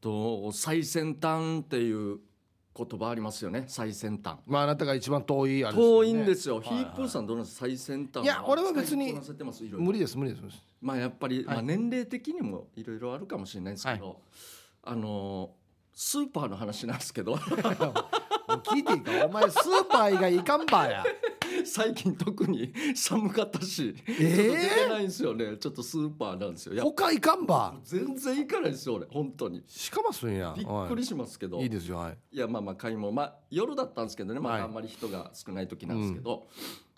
と最先端っていう言葉ありますよね最先端まああなたが一番遠いあれ遠いんですよ、はいヒープーさんどうなんですか最先端いや俺は別に使いこなせてますいろいろ無理です無理です無理です まあやっぱり、はいまあ、年齢的にもいろいろあるかもしれないですけど、あのースーパーの話なんですけど もう聞いていいかお前スーパー以外いかんばや最近特に寒かったし、えちょっと出てえないんですよねちょっとスーパーなんですよやっ他いかんば全然行かないですよ俺本当にしかますんやびっくりしますけど、はいいいですよはいいやまあまあ買い物まあ夜だったんですけどねまはいああんまり人が少ない時なんですけど、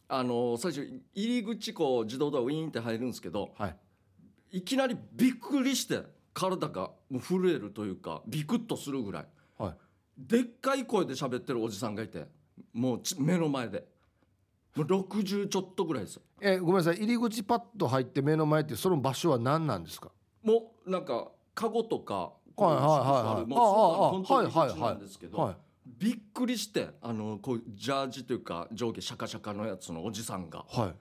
あの最初入り口こう自動ドアウィーンって入るんですけどはいいきなりびっくりして体がもう震えるというかビクッとするぐらいはいでっかい声で喋ってるおじさんがいてもうち目の前でもう60ちょっとぐらいですよえごめんなさい入り口パッと入って目の前ってその場所は何なんですかもうなんかカゴとかはいはいはいはもういスーパーのああああ本当に入り口なんですけど、はいびっくりしてあのこうジャージというか上下シャカシャカのやつのおじさんがはい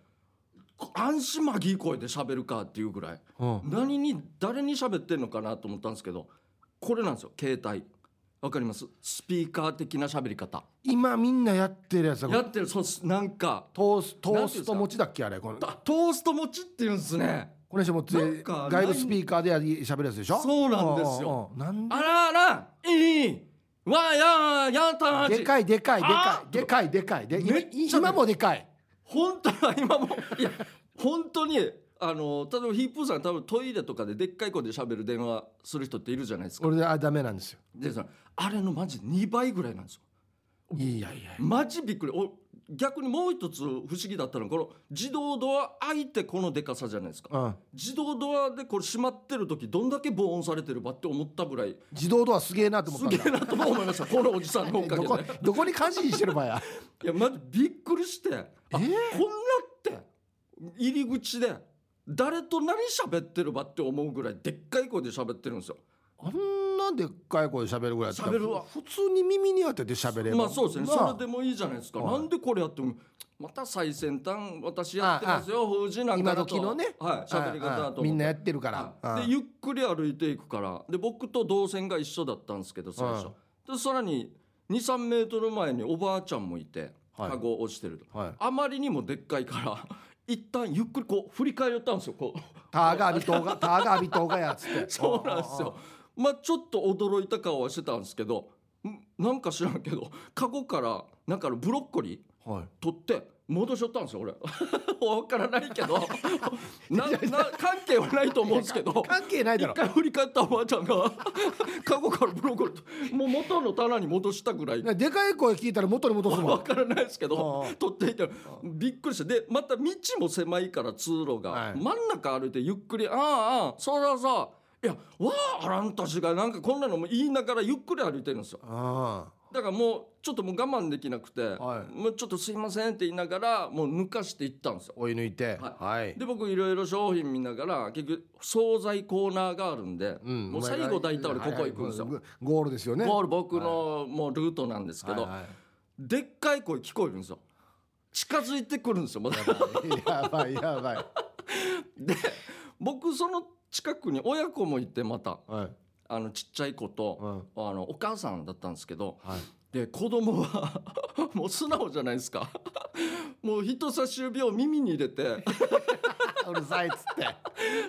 安心まぎい声で喋るかっていうぐらいうん何に誰に喋ってんのかなと思ったんですけどこれなんですよ携帯わかりますスピーカー的な喋り方今みんなやってるやつだこやれってるそうっすなんかトーストなんーていうんでスすかト持ちだっけあれこのあトースト持ちっていうんですねこの人もついなんか外部スピーカーでやり喋るやつでしょそうなんですようんうんうんあらあらいいわやーやったーなんちででかいでかいあーでかいでかいでかいでめっちゃでかい今今もでかい本当は今もいや本当にあの例えばヒープーさん多分トイレとかででっかい声で喋る電話する人っているじゃないですか俺であダメなんですよでさあれのマジ2倍ぐらいなんですよいやいやマジびっくりお逆にもう一つ不思議だったのはこの自動ドア開いてこのでかさじゃないですかうん自動ドアでこれ閉まってる時どんだけ防音されてるばって思ったぐらい自動ドアすげえなと思っすたんげだえなと思いましたこのおじさんのおかどげこでどこに感心してる場合 やいやマジびっくりしてあえこんーなって入り口で誰と何喋ってるばって思うぐらいでっかい声で喋ってるんですよあんなでっかい声で喋るぐらいやったら喋るわ普通に耳に当てて喋ればまあそうですねなあそれでもいいじゃないですかはないんでこれやってもまた最先端私やってますよ風神なんか今だと時のねはい喋り方あだあとみんなややってるからあでゆっくり歩いていくからで僕と動線が一緒だったんですけど最初でさらに23メートル前におばあちゃんもいてはいカゴ落ちてるとあはいあまりにもでっかいから 一旦ゆっくりこう振り返ったんですよこう ターガービトーガターガービトーガやっつってそうなんですよまあちょっと驚いた顔はしてたんですけどんなんか知らんけどカゴからなんかあのブロッコリーああああはい取って戻しよったんですよ俺 わからないけ どなな関係はないと思うんですけど関係ないだ一ろ回振り返ったおばあちゃんが カゴからブロッコリーともう元の棚に戻したぐらいなでかい声聞いたら元に戻す もわんからないですけどああ取っていたらびっくりしてでまた道も狭いから通路が、はい真ん中歩いてゆっくり「ああああそうだそういやわああらんたちがなんかこんなのも言いながらゆっくり歩いてるんですよあだからもうちょっともう我慢できなくて、はいもうちょっとすいませんって言いながらもう抜かしていったんですよあ追い抜いてははいで僕いろいろ商品見ながら結局惣菜コーナーがあるんで、もう最後大体俺ここ行くんですよ、はいはいゴールですよねゴール僕のもうルートなんですけど、はいはいでっかい声聞こえるんですよ近づいてくるんですよまたやばいやばい。で僕その近くに親子もいてまたはい。あのちっちゃい子と、うん。あのお母さんだったんですけどはい。で子供は もう素直じゃないですか もう人差し指を耳に入れ てうるさいっつって。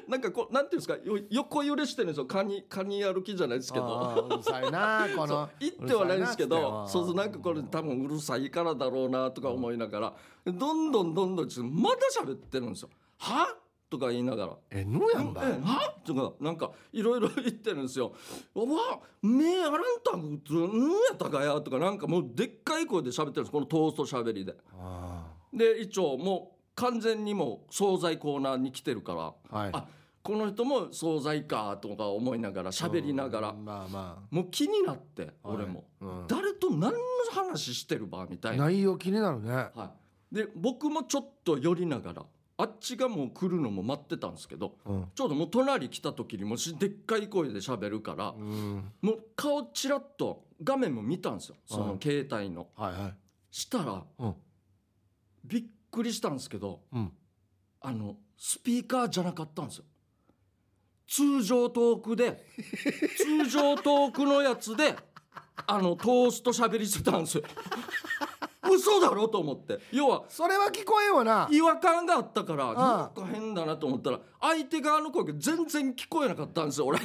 なんかこうなんていうんですかよ横揺れしてるんですよカニカニ歩きじゃないですけど。あーうるさいなこそのう。言ってはないんですけどそうそうななんかこれ多分うるさいからだろうなとか思いながらどんどんどんどんちょっとまだ喋ってるんですよ。はとか言いながら。えのやんば。えはとかなんかいろいろ言ってるんですよ。うわ目あらんたんつうんやったかやとかなんかもうでっかい声で喋ってるんですこのトースト喋りで。あで一応もう完全にもう惣菜コーナーに来てるからーはい。あこの人も惣菜かとか思いながら喋りながらうんまあまもう気になってあ。俺も。うん。誰と何の話してるばみたいな、内容気になるね。はい、で僕もちょっと寄りながらあっちがもう来るのも待ってたんですけどうん。ちょうどもう隣来た時にもしでっかい声で喋るからうん。もう顔ちらっと画面も見たんですよそはのい携帯のはいはい。したらうん。びっくりしたんですけどうん。あのスピーカーじゃなかったんですよ通常トークで通常トークのやつであのトースト喋りしてたんですよ嘘だろと思って要はそれは聞こえんわな違和感があったからなんんか変だなと思ったら相手側の声が全然聞こえなかったんですよ俺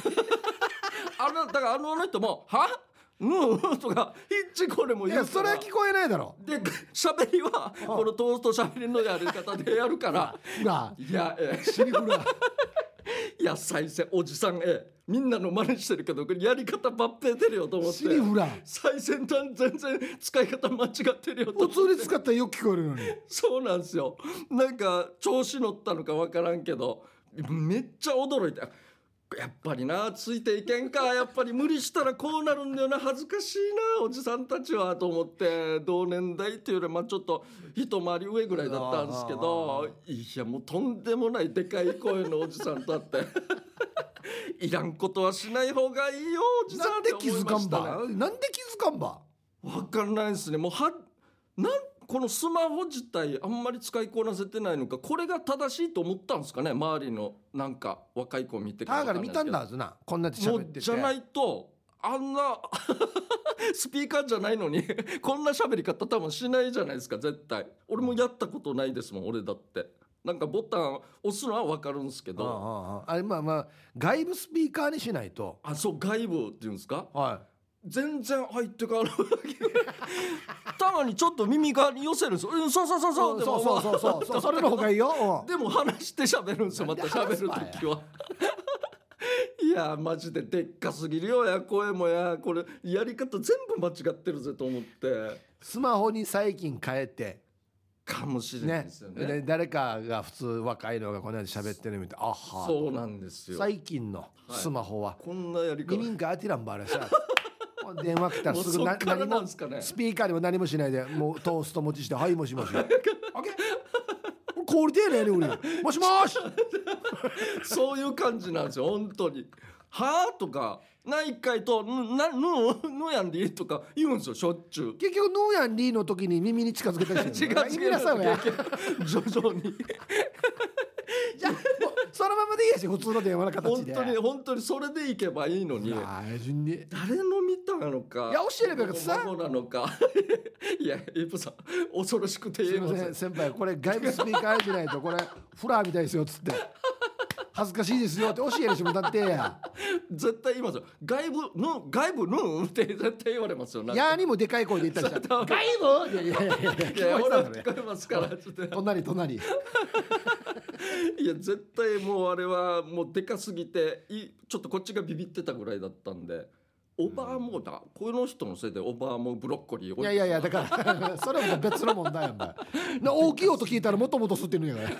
あのだからあの人も「はうんうん」とか「ヒッチこれもい言うやかそれらは聞こえないだろで喋りはこのトースト喋りのやり方でやるからないやえシリフ ルはえ野菜せおじさんええみんなの真似してるけどこれやり方ばっぺてるよと思ってシリフルは最先端全然使い方間違ってるよと普思って通に使ったらよく聞こえるの にそうなんですよなんか調子乗ったのか分からんけどめっちゃ驚いたやっぱりなついていけんかやっぱり無理したらこうなるんだよな恥ずかしいなおじさんたちはと思って同年代っていうよりまあちょっと一回り上ぐらいだったんですけどいやもうとんでもないでかい声のおじさんだって いらんことはしない方がいいよおじさんなんっでて気思いづまかしんたねばなんで気づかんばわかんないですねもうはなんこのスマホ自体あんまり使いこなせてないのかこれが正しいと思ったんですかね周りのなんか若い子見てだからわ見んなたいんですだはずなこんなやってけど喋もっうててじゃないとあんなスピーカーじゃないのにこんな喋り方多分しないじゃないですか絶対俺もやったことないですもん俺だってなんかボタン押すのは分かるんですけああどあああれまあまあ外部スピーカーにしないとあそう外部っていうんですかは全然入ってからないたまにちょっと耳側に寄せるんですようんそうそうそういそうそうそうそうでもそうそうそうそれの方がいい ようんでも話して喋るんですよまた喋るなんで話す時はいやマジででっかすぎるよや声もやこれやり方全部間違ってるぜと思ってスマホに最近変えてかもしれないねですよねで誰かが普通若いのがこの間喋ってるみたいなあはそうなんですよ最近のスマホはこんなやり方耳が当てらんばあれさ もう電話来たらもうすぐそなっから何なんもですかねスピーカーにも何もしないでもうトースト持ちして「はいもしもし」オッケー「氷手ね俺もし もしそういう感じなんですよ本当に「はあ?」とか「ないかい」と「ぬなぬぬやんでいい」とか言うんですよしょっちゅう」結局ノーヤンリーの時に耳に近づけたりして違う るの違意味うなさいわや徐々にじゃあもうそのままでいいやし普通の電話の本形で当に本当にそれでいけばいいのに大事に誰の見たなのかいや教えればよかったさ孫なのか いやエイプさん恐ろしくてす言いえまませせんん先輩これ外部スピーカーじゃないとこれフラーみたいですよっつって恥ずかしいですよって教えるしもだってや絶対言いますよ外部の外部のって絶対言われますよなんかやーにもでかい声で言ったりした外部いやいやいやいいやや聞こえ俺てたはからね聞こえますからちょっと隣隣いや絶対もうあれはもうでかすぎていちょっとこっちがビビってたぐらいだったんでオバーもだ、この人のせいでオバーもブロッコリーい置やていやいやだからそれはもう別の問題やんばいな大きい音聞いたらもともと吸ってるんやから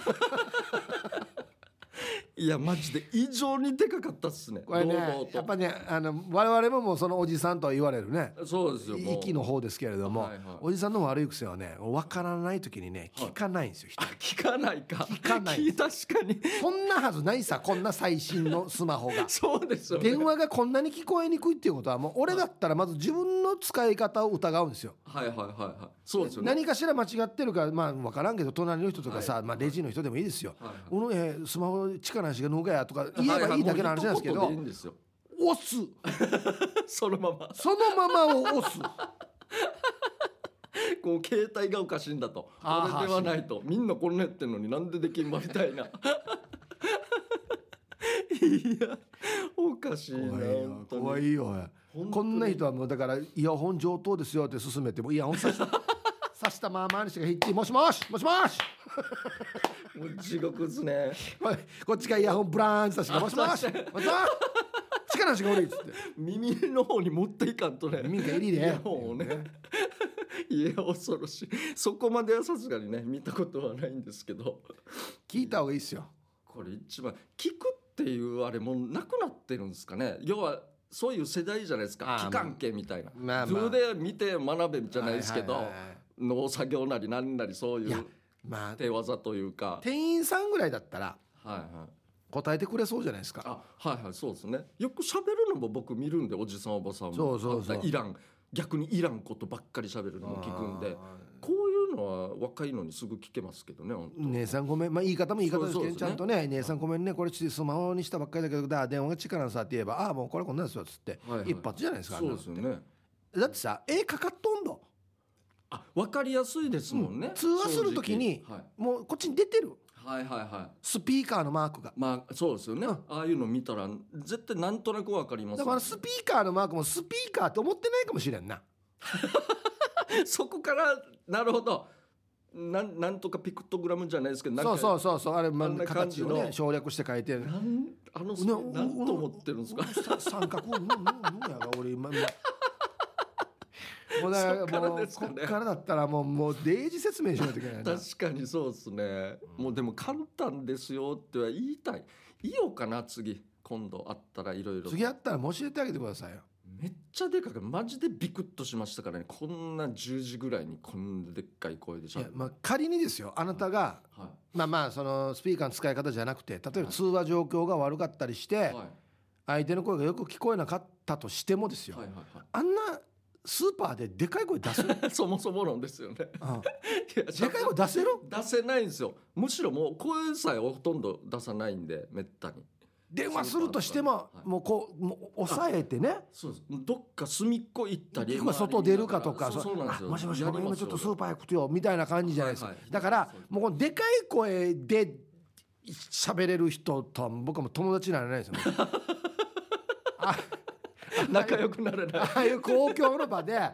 いやマジで異常にでかかったっすねこれね堂々とやっぱねあの我々ももうそのおじさんとは言われるねそうですよもう息の方ですけれども、はいはいおじさんの悪い癖はね分からない時にね聞かないんですよ、人あ聞かないか聞かな い確かにそんなはずないさこんな最新のスマホ がそうですよね電話がこんなに聞こえにくいっていうことはもう俺だったらまず自分の使い方を疑うんですよ。はいはいはいはいそうですよね何かしら間違ってるかまあ分からんけど隣の人とかさ、まあ、レジの人でもいいですよ。はいはいこのえースマホ力なしが農家やとか言えばいいだけの話なんですけど、ははもう一言でいいんですよ押すそのままそのままを押すこう携帯がおかしいんだとあーこれではないとみんなこんなやってんのになんでできんばみたいな いやおかしいな怖いよ本当に怖いよおい当にこんな人はもうだからイヤホン上等ですよって勧めてもイヤホンさした さしたままにしてヒッチもしもしもしもしもう地獄ですねおいこっちがイヤホンブラーンさしてもしもしもしもし力なしが悪いっつって耳の方に持っていかんとね耳が入イりヤでホンをね いや恐ろしいそこまではさすがにね見たことはないんですけど聞いた方がいいっすよこれ一番聞くっていうあれもうなくなってるんですかね要はそういう世代じゃないですかあ期ー間系みたいな、まあ自まあ分で見て学べじゃないですけど、はいはいはいはい農作業なり何なりそういいやうまあ手技というか店員さんぐらいだったらはいはい答えてくれそうじゃないですかあはいはいそうですねよく喋るのも僕見るんでおじさんおばさんもそうそうそうあんたいらん逆にいらんことばっかり喋るのも聞くんでこういいうのは若いのにすぐ聞けますけどね本当姉さんごめん、まあ、言い方も言い方ですけど、そうそうですちねゃんとね姉さんごめんねこれちょっとスマホにしたばっかりだけどだ電話が力のさって言えばああもうこれこんなんですよっつって、はいはい一発じゃないですかあんそうなでのすよねだってさ絵かかっとんどあ分かりやすいですもんね、うん通話する時に正直もうこっちに出てるはい、はいはいはいスピーカーのマークがまあそうですよね、うんああいうの見たら絶対なんとなくわかりますだからスピーカーのマークもスピーカーって思ってないかもしれんな そこからなるほどなんなんとかピクトグラムじゃないですけどなんかそうそうそうそうあれ、まあんな感形じをのね省略して書いてるなんあのななんと思ってるんですかさ三角を、うんうんうんやが俺 今。今もうだそっかかららもうですこかっねからだったらもうもうデイジ説明しないといけないな。確かにそうですね、もうでも簡単ですよっては言いたいいいよかな次今度あったらいろいろ次やったらもう教えてあげてくださいよ。めっちゃでかくマジでビクッとしましたからねこんな10時ぐらいにこんなでっかい声でしいゃやべる、まあ仮にですよあなたがはまあまあそのスピーカーの使い方じゃなくて例えば通話状況が悪かったりしていはい相手の声がよく聞こえなかったとしてもですよはいはいあんなスーパーででかい 声出せる、はいそもそも論ですよねうんいや でかい声出せる出せないんですよむしろもう声さえほとんど出さないんでめったに電話するとしてもはいもうこうもう抑えてねそうですどっか隅っこ行ったり結構外出るかとかそうそうなんですよあもしもしやりごめんま今すちよょっとスーパー行くとよみたいな感じじゃないですか、はいはいだからそうもうこのでかい声で喋れる人とは僕はもう友達になれないですよ あ仲良くなれないああいう公共の場で「あ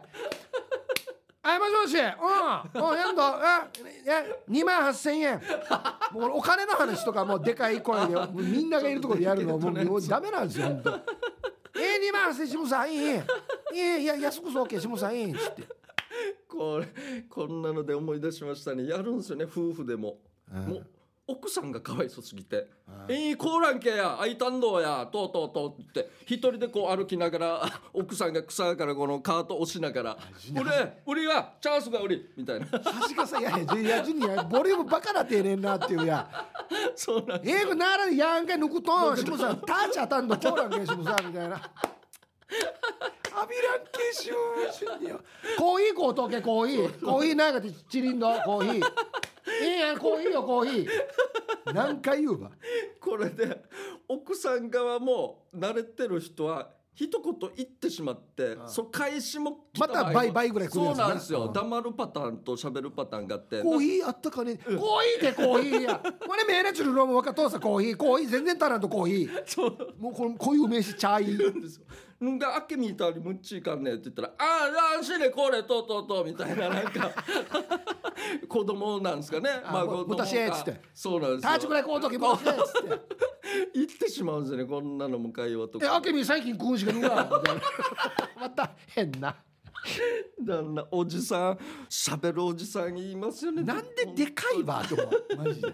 もしもしうんうんやんどあえ2万8,000円」もうこれお金の話とかもうでかい声でもうみんながいるところでや るのもうもうダメなんですよ本当え二2万8,000円しもさんいいいいいいいや安くそう OK しもさんいい」っつって。これこんなので思い出しましたねやるんですよね夫婦でも、もう奥さんがかわいそすぎて「えー、コーランけやあいたんどうやとうとうとう」って一人でこう歩きながら 奥さんが草からこのカート押しながら「俺俺がチャンスが俺」みたいな 恥かさいやいやいやジュニアボリュームバカなってええねんなっていういやそうなんです英語ならやんか抜くとんしもさんターチ当たんのコーランけしもさんみたいなアビランケシュージュニアコーヒーこうとけコーヒーコーヒーなんかてチリンドコーヒーええやんコーヒーよコーヒー何回言うばこれで奥さん側も慣れてる人は一言言ってしまってその返しも来場合もまた倍倍ぐらい来るそやうつねなんですよ、うん黙るパターンと喋るパターンがあってコー ヒーあったかねコーヒーでコーヒーやこれメーナチュルローム若父さんコーヒーコーヒー全然足らんとコーヒーそうもうこのこういう名詞チャイんですよ。んが、あけみたりむっちいかんねえって言ったら、ああ、あしね、これ、とうとうとう、みたいな、なん か、子供なんですかね。あ子供が昔へっつってそうなんですターチくらいこうとけボーっつって言ってしまうんですよね、こんなのも会話とえ、か。あけみ最近食うんしかねえわみたいな。 また変な。旦那、おじさん、喋るおじさん言いますよね。なんででかいわと思う。マジで。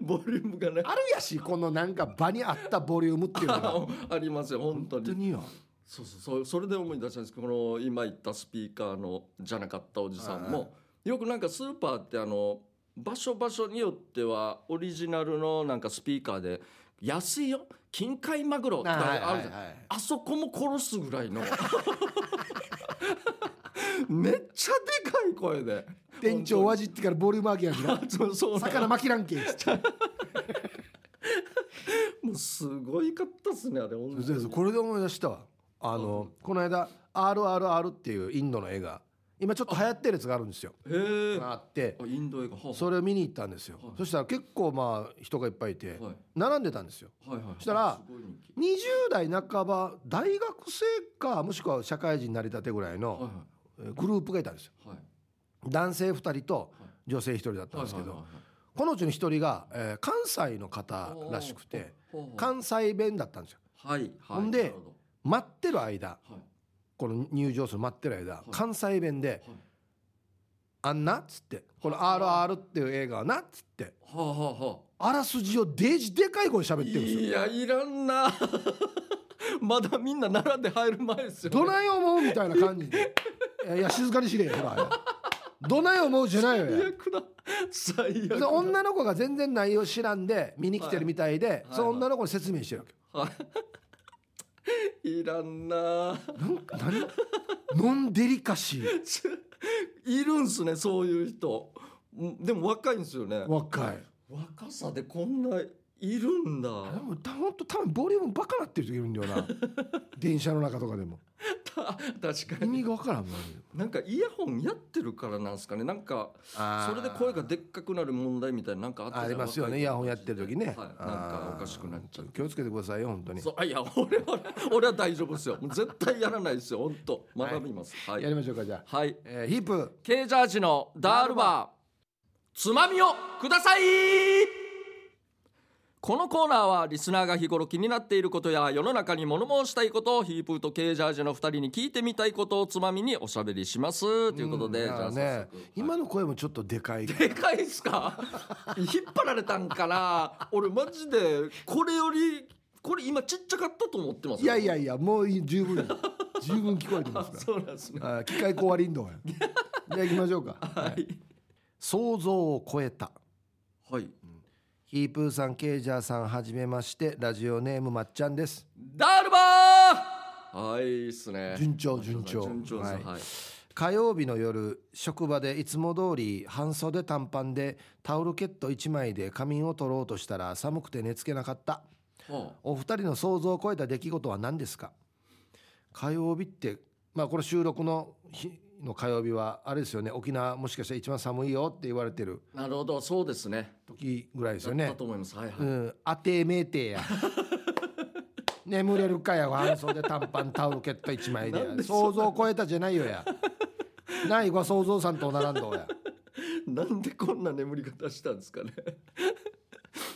ボリュームがね。あるやし、このなんか場にあったボリュームっていうのが。 本 ありますよ、本当当に。によ。そうそうそう、それで思い出したんですけど、この、今言ったスピーカーの、じゃなかったおじさんも、よくなんかスーパーって、あの、場所場所によってはオリジナルのなんかスピーカーで安いよ近海マグロとかあるじゃん、はいはいはいあそこも殺すぐら いのめっちゃでかい声で店長わじってからボリューム上げやしな。そうそう魚巻きらん けんっつって。もうすごいかったっすねあれ本当そうですにこれで思い出したわあの、この間「RRR」っていうインドの映画今ちょっと流行ってるやつがあるんですよ。へえあってあインド映画はあそれを見に行ったんですよはい。そしたら結構まあ人がいっぱいいてはい並んでたんですよ。はいはいそしたらあすごい人気20代半ば大学生かもしくは社会人になりたてぐらいはいのえーグループがいたんですよはいはい男性2人とはい女性1人だったんですけはいどはいはいこのうちの1人が、えー関西の方らしくてほうほう関西弁だったんですよはいはいほんでなるほ待ってる間どはいこの入場する待ってる間い関西弁ではい「あんな」っつって「この RR」っていう映画はなっつってはあはあはあらすじをデジでかい声であ喋ってるんですいよ。やいらんなまだみんな並んで入る前ですよねどない思うみたいな感じで「いやいや静かにしれよほら」どない思うじゃないよ最悪だ最悪でだ女の子が全然内容知らんで見に来てるみたいで、いその女の子に説明してるわけよはいいらんななんか何ノンデリカシーちいるんすねそういう人うんでも若いんですよね若い若さでこんないるんだあでもたほんと多分ボリュームバカなってる人いるんだよな電車の中とかでもた確か意味にがわからんもんなんかイヤホンやってるからなんですかねなんかそれで声がでっかくなる問題みたいななんかあったじゃんありますよねイヤホンやってる時ね、はいなんかおかしくなっちゃうあー気をつけてくださいよ本当にそうあいや俺は俺は大丈夫ですよもう絶対やらないですよ本当学びますはい、やりましょうかじゃあ、はい、えーヒープケージャージのダールバーつまみをくださいこのコーナーはリスナーが日頃気になっていることや世の中に物申したいことをヒープーとケージャージの2人に聞いてみたいことをつまみにおしゃべりしますということで、んじゃあね、早速、今の声もちょっとでかいでかいっすか引っ張られたんかな俺マジでこれよりこれ今ちっちゃかったと思ってますいやいやいやもういい十分十分聞こえてますかそうなんですねらあー機械壊りんどうや じゃあ行きましょうか、はい想像を超えたはいヒープーさんケイジャーさんはじめましてラジオネームまっちゃんですダールバーはいいいっすね順調順調順調ですはい火曜日の夜職場でいつも通り半袖短パンでタオルケット1枚で仮眠を取ろうとしたら寒くて寝つけなかったはお二人の想像を超えた出来事は何ですか火曜日ってまあこの収録の日の火曜日はあれですよね沖縄もしかしたら一番寒いよって言われてるあなるほどそうですね時ぐらいですよだっねたと思いますはいはういん当てめてや 眠れるかや半袖短パンタオルケット1枚でなんでそんな想像を超えたじゃないよやないご想像さんと並んど うやなんでこんな眠り方したんですかね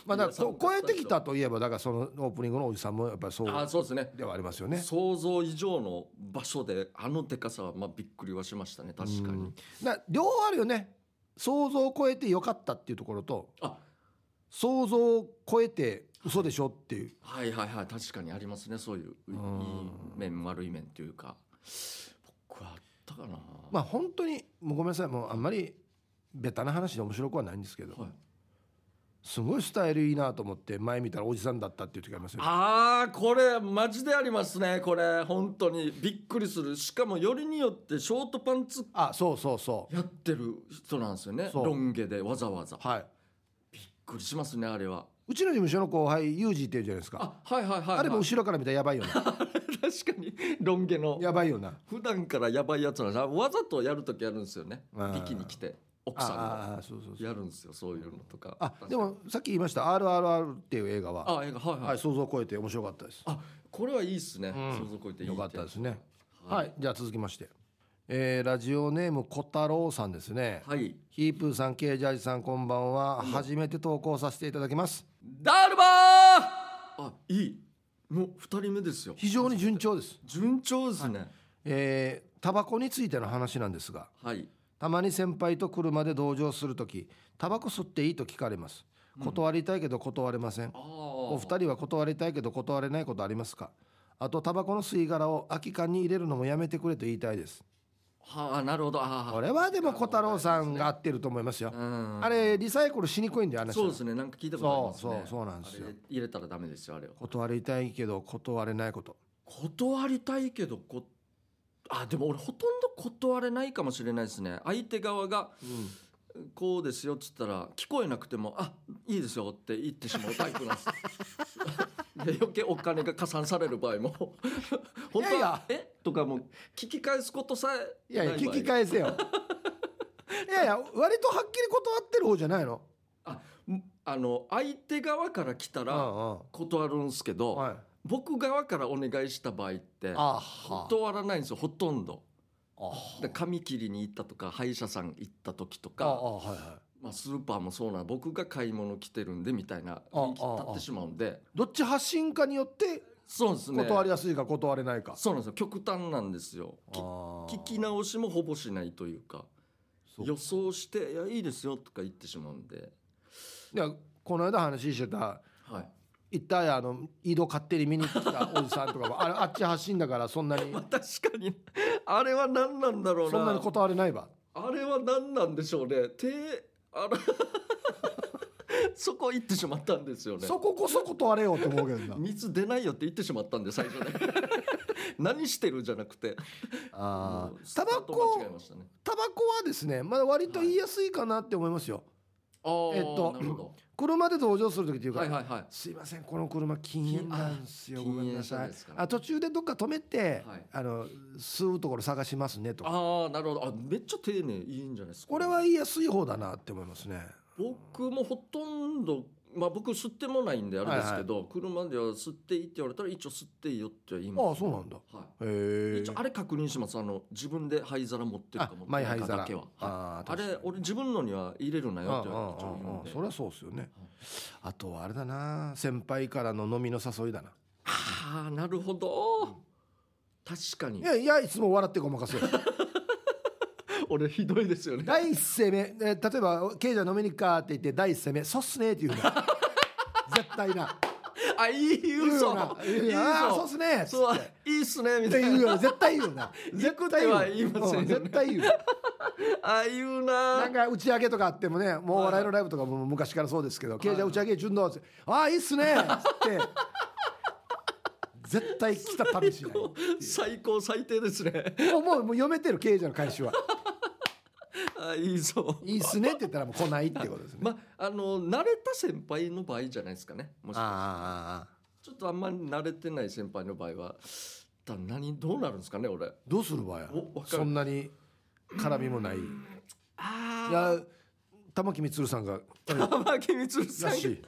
まあだいやから寒こかった超えてきたといえばだからそのオープニングのおじさんもやっぱりそあうそうですねではありますよね。想像以上の場所であのでかさはまあびっくりはしましたね確かうにんだから両方あるよね想像を超えてよかったっていうところとあ想像を超えて嘘でしょっていうはいはいはい確かにありますねそういういいん面悪い面というか僕はあったかなまあ本当にもうごめんなさいもうあんまりベタな話で面白くはないんですけど、はいすごいスタイルいいなと思って前見たらおじさんだったっていう時ありますよねあーこれマジでありますねこれ本当にびっくりするしかもよりによってショートパンツあそうそうそうやってる人なんですよねそうロン毛でわざわざびっはいくりしますねあれはうちの事務所の後輩ユージっていうじゃないですかあ,、あはいはいはい、はい、れも後ろから見たらやばいよな 確かにロン毛のやばいよな普段からやばいやつなんですわざとやるときやるんですよねあービキに来て奥あさんがああそうそうそうやるんですよそういうのとかあでもさっき言いました「RRR」っていう映画は、あ映画はいはい、はい、想像を超えて面白かったですあこれはいいですね、ん想像超えていいよかったですね。ははい、じゃあ続きまして、えーラジオネーム小太郎さんですね。はいヒープーさん、ケージャージさん、こんばんは。初めて投稿させていただきます。ダールバーあいいもう二人目ですよ非常に順調です。順調ですねえータバコについての話なんですが、はいたまに先輩と車で同乗するとき、タバコ吸っていいと聞かれます。断りたいけど断れません。ああおお二人は断りたいけど断れないことありますかあと、タバコの吸い殻を空き缶に入れるのもやめてくれと言いたいです。はあなるほどあーこれはでも小太郎さんが合ってると思いますよ。うんあれリサイクルしにくいんだよ話はそうですねなんか聞いたことありますねそうそうそうなんですよあれ入れたらダメですよあれは断りたいけど断れないこと断りたいけどこあでも俺ほとんど断れないかもしれないですね相手側がこうですよっつったら聞こえなくても「あいいですよ」って言ってしまうタイプなんですで 余計お金が加算される場合も「本当いやいはやえとかもう聞き返すことさえいやいやな場聞合き返 せよいやいや割とはっきり断ってる方じゃないのあんあの相手側から来たうらん断るんですけど、うんはい僕側からお願いした場合ってあは断らないんですよほとんど。あで髪切りに行ったとか歯医者さん行った時とあかあはいはいまあ、スーパーもそうなん僕が買い物来てるんでみたいなあ雰囲気立ってしまうんでどっち発信かによってそうですね断りやすいか断れないか、そうなんですよ極端なんですよき聞聞き直しもほぼしないというかそう予想して「いやいいですよ」とか言ってしまうんでいやこの間話してたはい行ったやあの井戸勝手に見に来たおじさんとかもあれあっち発信だからそんなに まあ確かにあれは何なんだろうなそんなに断れないわ あれは何なんでしょうね手あらそこ行ってしまったんですよねそここそ断れよって思うけどな水出ないよって言ってしまったんで最初 ね何してるじゃなくてあもうースタタバートコ間違えましたねタバコはですねまだ割と言いやすいかなって思いますよ、あーえっとなるほ車で同乗する時っていうどか、はいはいはいすいませんこの車禁煙なんですよあごめん禁な煙車さいですかあ途中でどっか止めて、はいあの吸うところ探しますねとかああなるほどあめっちゃ丁寧いいんじゃないですかこれは言いやすい方だなって思いますね僕もほとんどまあ僕吸ってもないんであれですけど、車では吸っていいって言われたら一応吸っていいよって言いますああそうなんだはへい、え一応あれ確認しますあの自分で灰皿持ってるあか持ってマイなハいイかザラだけははいあーあ確かれに俺自分のには入れるなよってうんうん一応言うんううんんでそりゃそうですよねあとはあれだな先輩からの飲みの誘いだなああなるほど確かにいやいやいつも笑ってごまかすよ 俺ひどいですよね第一声目えー例えば「ケイジャー飲みに行くか」って言って第一声目「そうっすね」って言うな 絶対なあいい言う嘘よな「いい嘘ああそうっすね」っつそうっあていいっすねみってたい 言うなよ絶対言うな行く絶って対は言いませんよねうん絶対言うあ言うななんか打ち上げとかあってもねもうお笑いのライブとかも昔からそうですけど「ケイジャー打ち上げ順応」って「ああいいっすね」っつって絶対来た試 しないも最高最低ですね うもうもう読めてるケイジャーの返しはあいいぞ「いいっすね」って言ったらもう来ないってことですねまあの慣れた先輩の場合じゃないですかねもしああちょっとあんまり慣れてない先輩の場合はだ何どうなるんですかね俺どうする場合やおわかるそんなに絡みもないいあや玉木光さんが 「あ玉木光さんらがしい言っ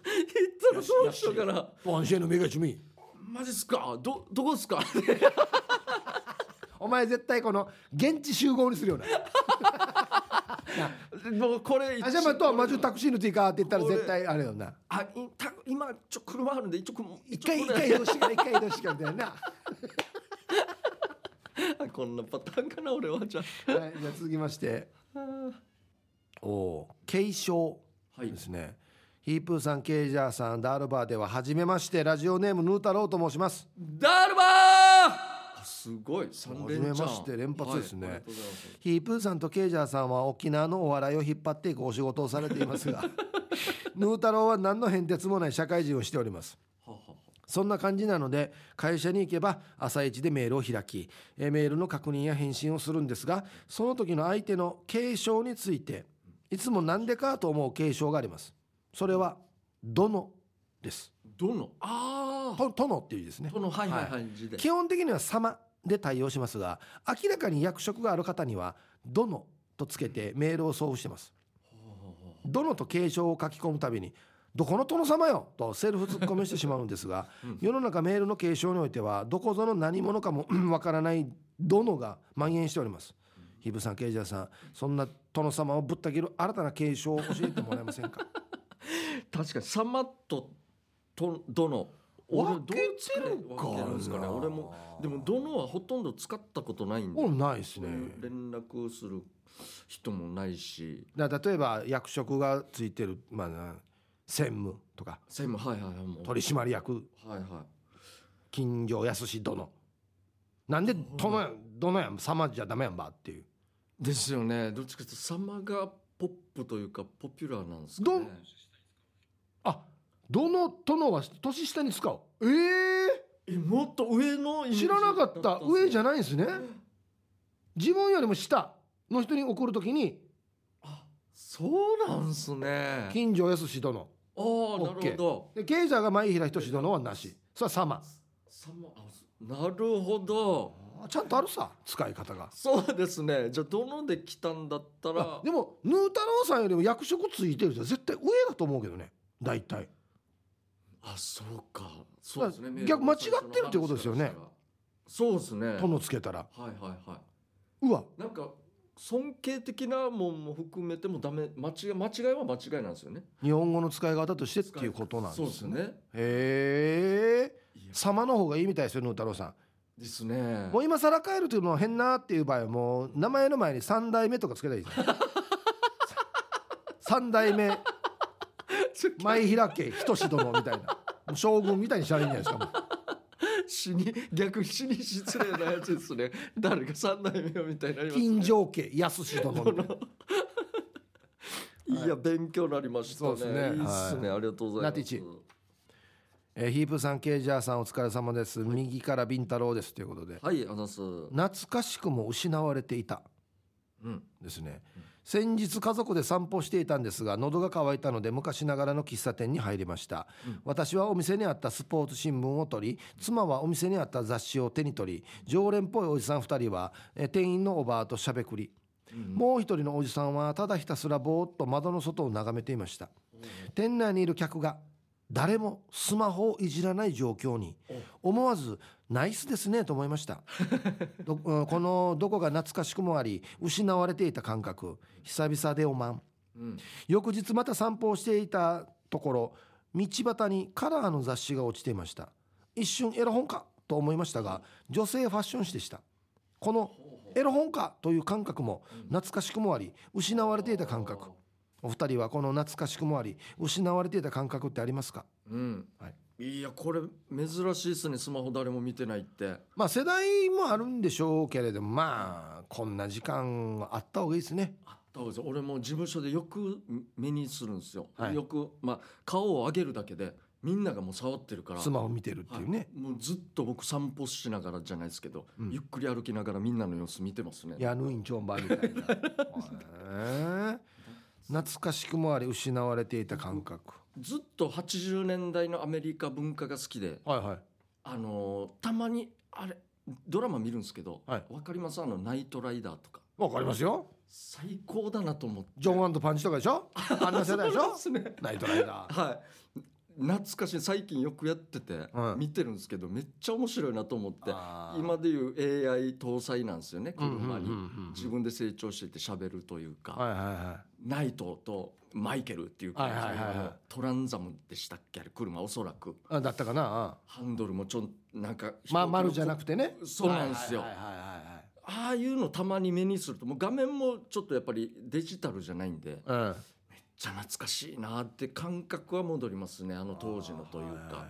たらどうしようかなワンシェの目がちみ」マジっすかどどこっす かお前絶対この現地集合にするようなもうこれあじゃあまあとは魔女タクシーのティーカーって言ったら絶対あれよなあいた今ちょ車あるんで一応この一回ちょっと一これ回移動してから一回移動してからみ たいな、はこんなパターンかな俺はじゃい、じゃあ続きましてあおお継承はいですね、ヒープーさんケイジャーさんダールバーでは初めましてラジオネームヌータローと申しますダールバーすごい三連チャン初めまして連発ですねはいありがとうございますヒープーさんとケイジャーさんは沖縄のお笑いを引っ張っていくお仕事をされていま すがヌータローは何の変哲もない社会人をしておりますはあはあはあそんな感じなので会社に行けば朝一でメールを開きえーメールの確認や返信をするんですがその時の相手の継承についていつもなんでかと思う継承がありますそれは「殿」ですどのあ「と殿」っていう字ですあねどのはいはいはい字で基本的には「様」で対応しますが明らかに役職がある方には「殿」とつけてメールを送付してます「殿」と継承を書き込むたびに「どこの殿様よ!」とセルフ突っ込みしてしまうんですが、世の中メールの継承においてはどこぞの何者かもわからない「殿」が蔓延しております。ヒブさん、ケイジャーさん、そんな殿様をぶった切る新たな継承を教えてもらえません か。確かにサマととどの俺分けてるどうかな分けてるんですかね俺もでもどのはほとんど使ったことないんでもうないですそういうね。連絡する人もないしだから例えば役職がついてる、まあな、専務とか専務はいはいはいもう取締役はいはい金城康氏殿なんで殿や殿やん様じゃダメやんばっていうですよねどっちかというと様がポップというかポピュラーなんですかどねんあ殿殿は年下に使うええもっと上のイメえージ知らなかった上じゃないないんですね自分よりも下の人に送るときにあそうなんすね金城康氏殿ああなオッケーるほどで経済が前平仁殿はなしそれは様様あなるほどあちゃんとあるさ使い方がそうですねじゃあどので来たんだったらあでもヌー太郎さんよりも役職ついてる人は絶対上だと思うけどね大体あそうかそうですだかねら逆間違ってるってことですよねそうですねはい殿つけたらはいはうわいなんか尊敬的なもんも含めてもダメ間違い間違いは間違いなんですよね日本語の使い方としてっていうことなんそうでですすね。ねへえ。いや様の方がいいみたいですよ、ヌー太郎さですね ん。もう今更帰るというのは変なっていう場合はもう名前の前に三代目とかつけたらいいですよ。三代目前平家仁殿みたいな。もう将軍みたいにしたらいいんじゃないですかもう。死に逆に死に失礼なやつですね 誰か三代目をみたいになりますね金城家康殿みたいな。いや勉強になりましたねそうですねいいっすね、はありがとうございナティますチえーヒープさんケージャーさんお疲れ様です、右からビンタロウですということではい話すう懐かしくも失われていたんですね先日家族で散歩していたんですが喉が渇いたので昔ながらの喫茶店に入りました、私はお店にあったスポーツ新聞を取り妻はお店にあった雑誌を手に取り常連っぽいおじさん2人はえー店員のおばあとしゃべくり、もう一人のおじさんはただひたすらぼーっと窓の外を眺めていました店内にいる客が誰もスマホをいじらない状況に思わず「ナイスですね」と思いましたどうんこのどこが懐かしくもあり失われていた感覚久々でおまんうん翌日また散歩をしていたところ道端にカラーの雑誌が落ちていました一瞬エロ本かと思いましたが女性ファッション誌でしたこのエロ本かという感覚も懐かしくもあり失われていた感覚お二人はこの懐かしくもあり失われていた感覚ってありますかうん、、はいやこれ珍しいですねスマホ誰も見てないってまあ世代もあるんでしょうけれどもまあこんな時間はあった方がいいですねあったわけです俺も事務所でよく目にするんですよ、はいよく、まあ、顔を上げるだけでみんながもう触ってるからスマホ見てるっていうね、はいもうずっと僕散歩しながらじゃないですけど、うんゆっくり歩きながらみんなの様子見てますねヤヌインチョンバーみ たいなへえ懐かしくもあり失われていた感覚ずっと80年代のアメリカ文化が好きではいはいあのーたまにあれドラマ見るんですけど、はわいかりますあのナイトライダーとかわかりますよ最高だなと思ってジョンパンチとかでしょあんな世代でしそうょですねナイトライダーはい懐かしい最近よくやってて、うん見てるんですけどめっちゃ面白いなと思ってあー今でいう AI 搭載なんですよねうんうんうん車に、うん自分で成長していって喋るというか、はいはいはナイトとマイケルっていう感じの、はいはいはいはいトランザムでしたっけあれ車おそらくいあだったかなハンドルもちょんなんかまあ丸じゃなてくてねそうなんですよはいはいはいはいはいああいうのたまに目にするともう画面もちょっとやっぱりデジタルじゃないんでめっうん、ちゃ懐かしいなって感覚は戻りますねあの当時のというか。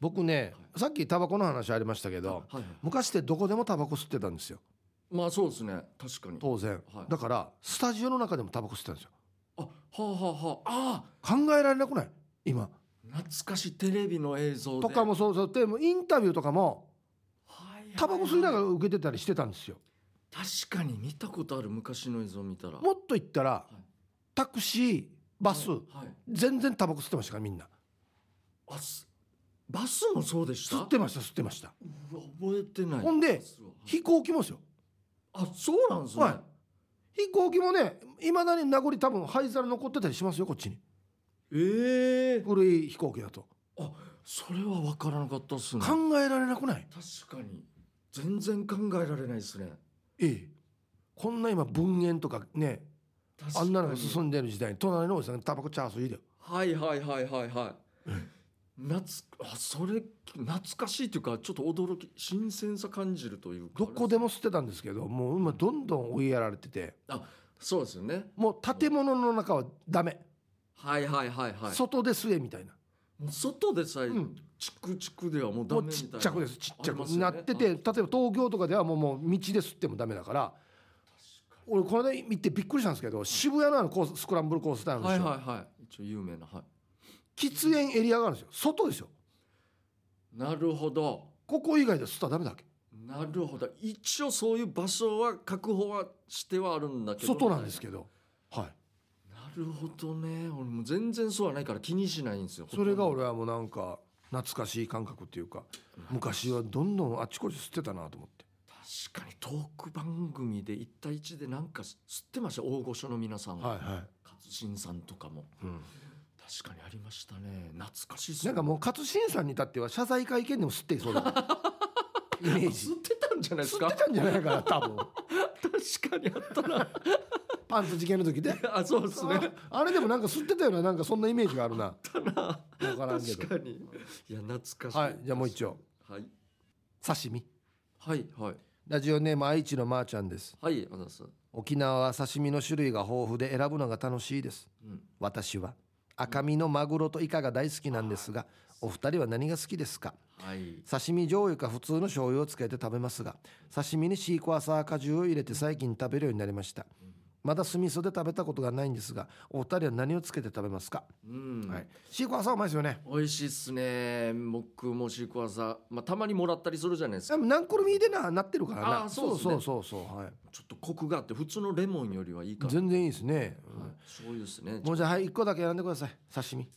僕ねさっきタバコの話ありましたけどはいはい昔ってどこでもタバコ吸ってたんですよまあそうですね確かに当然、はいだからスタジオの中でもタバコ吸ってたんですよあはあはあはああ考えられなくない今ー懐かしいテレビの映像でとかもそうそうでもインタビューとかもはいはいはいタバコ吸いながら受けてたりしてたんですよ確かに見たことある昔の映像見たらもっと言ったらいタクシーバスはいはい全然タバコ吸ってましたからみんなあすバスもそうでした吸ってました吸ってましたうわ覚えてないほんでバスははい飛行機もですよあそうなんですね、はい飛行機もねいまだに名残多分灰皿残ってたりしますよこっちにええ古い飛行機だとあそれは分からなかったっすね考えられなくない確かに全然考えられないですねええこんな今文煙とかね確かあにんなのが進んでる時代に隣のおじさんがタバコチャースいいではいはいはいはいはい。懐あそれ懐かしいというかちょっと驚き新鮮さ感じるというかどこでも吸ってたんですけどもう今どんどん追いやられててあそうですよねもう建物の中はダメはいはいはいはい外で吸えみたいな、もう外でさえ、うんチクチクではもうダもメうみちたいっなちゃくですちっちゃありくますよねなってて、あ例えば東京とかではもうもう道で吸ってもダメだから俺この間行ってびっくりしたんですけど渋谷のあのコーススクランブルコースタイムではいしょ、はいはい一応有名なはい喫煙エリアがあるんですよ外ですよなるほどここ以外で吸ったらダメだっけなるほど一応そういう場所は確保はしてはあるんだけど外なんですどけどはいなるほどね俺もう全然そうはないから気にしないんですよそれが俺はもうなんか懐かしい感覚っていうか昔はどんどんあちこち吸ってたなと思って確かにトーク番組で1対1でなんか吸ってました大御所の皆さんは、いは勝新さんとかもい、うん、確かにありましたね懐かしいっすなんかももう勝新さんに至っては謝罪会見でも吸っていそうだ ねイメージ吸ってたんじゃないです 吸かってたんじゃないかな多分確かにあったなパンツ事件の時で あそうですねああれでもなんか吸ってたようななんかそんなイメージがあるなな分からんけ確どかにいや懐かしいはいじゃあもう一丁はい刺身はいはいラジオネーム愛知のまーちゃんですはいあざっす沖縄は刺身の種類が豊富で選ぶのが楽しいですうん私は赤身のマグロとイカが大好きなんですがお二人は何が好きですかはい刺身醤油か普通の醤油をつけて食べますが刺身にシークワーサー果汁を入れて最近食べるようになりましたまだ酢味噌で食べたことがないんですがお二人は何をつけて食べますか、うん、はい、シークワーサーうまいですよね美味しいっすね僕もシークワーサー、まあ、たまにもらったりするじゃないですでかも何個ミでななってるからなあーそうっすそねうそうそうそうはいちょっとコクがあって普通のレモンよりはいいかな全然いいですね、そういうですねもうじゃあはい一個だけ選んでください刺身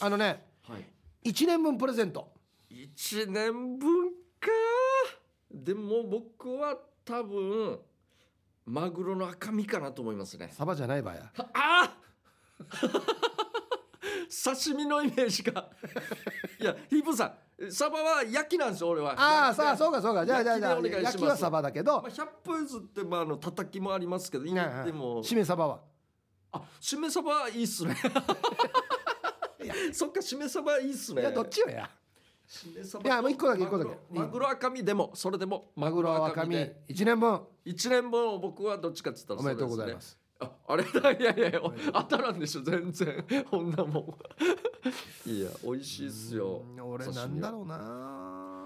あのねはい一年分プレゼント1年分かでも僕は多分マグロの赤身かなと思いますねサバじゃないばやああ刺身のイメージか いやヒープーさんサバは焼きなんですよ俺はああさあそうかそうかじゃあじゃあじゃあ焼きでお願いします焼きはサバだけどまあ、100歩譲ってまああのたたきもありますけど、はいはいでもしめサバはあしめ鯖いいっすね そっかしめ鯖いいっすいねやどっちよやしめ鯖いやもう一個だけ一マ個グロだけマグロ赤身でもそれでもマグロ赤身で一年分一年分を僕はどっちかって言ったらおめでとうございますすね、ああれだいやいやいや当たらんでしょ全然こんなもんいや美味しいっすようん俺なんだろう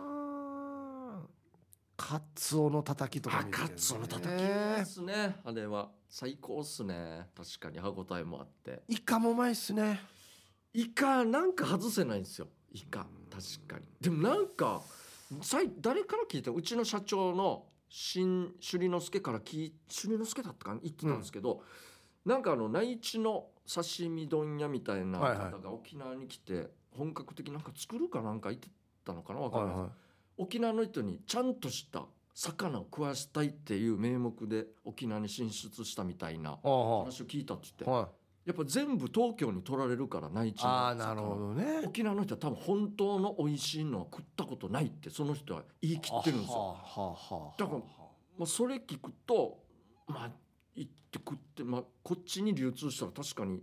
なカツオのたたきとかあ見るけどカねツオのたたきですねあれは最高っすね確かに歯ごたえもあってイカもうまいっすねイカなんか外せないんですよイカ確かにでもなんかさい誰から聞いたうちの社長の新首里之助から聞い首里之助だったかな言ってたんですけど、なんかあの内地の刺身問屋みたいなはいはい方が沖縄に来て本格的なんか作るかなんか言ってたのかなわかはんいない、は沖縄の人にちゃんとした魚を食わしたいっていう名目で沖縄に進出したみたいないあ話あを聞いたっつってはいやっぱ全部東京に取られるから内地のああ魚なるほどね沖縄の人は多分本当の美味しいのは食ったことないってその人は言い切ってるんですよ。はあはあはあだからまあ、それ聞くとまあ行って食って、まあ、こっちに流通したら確かに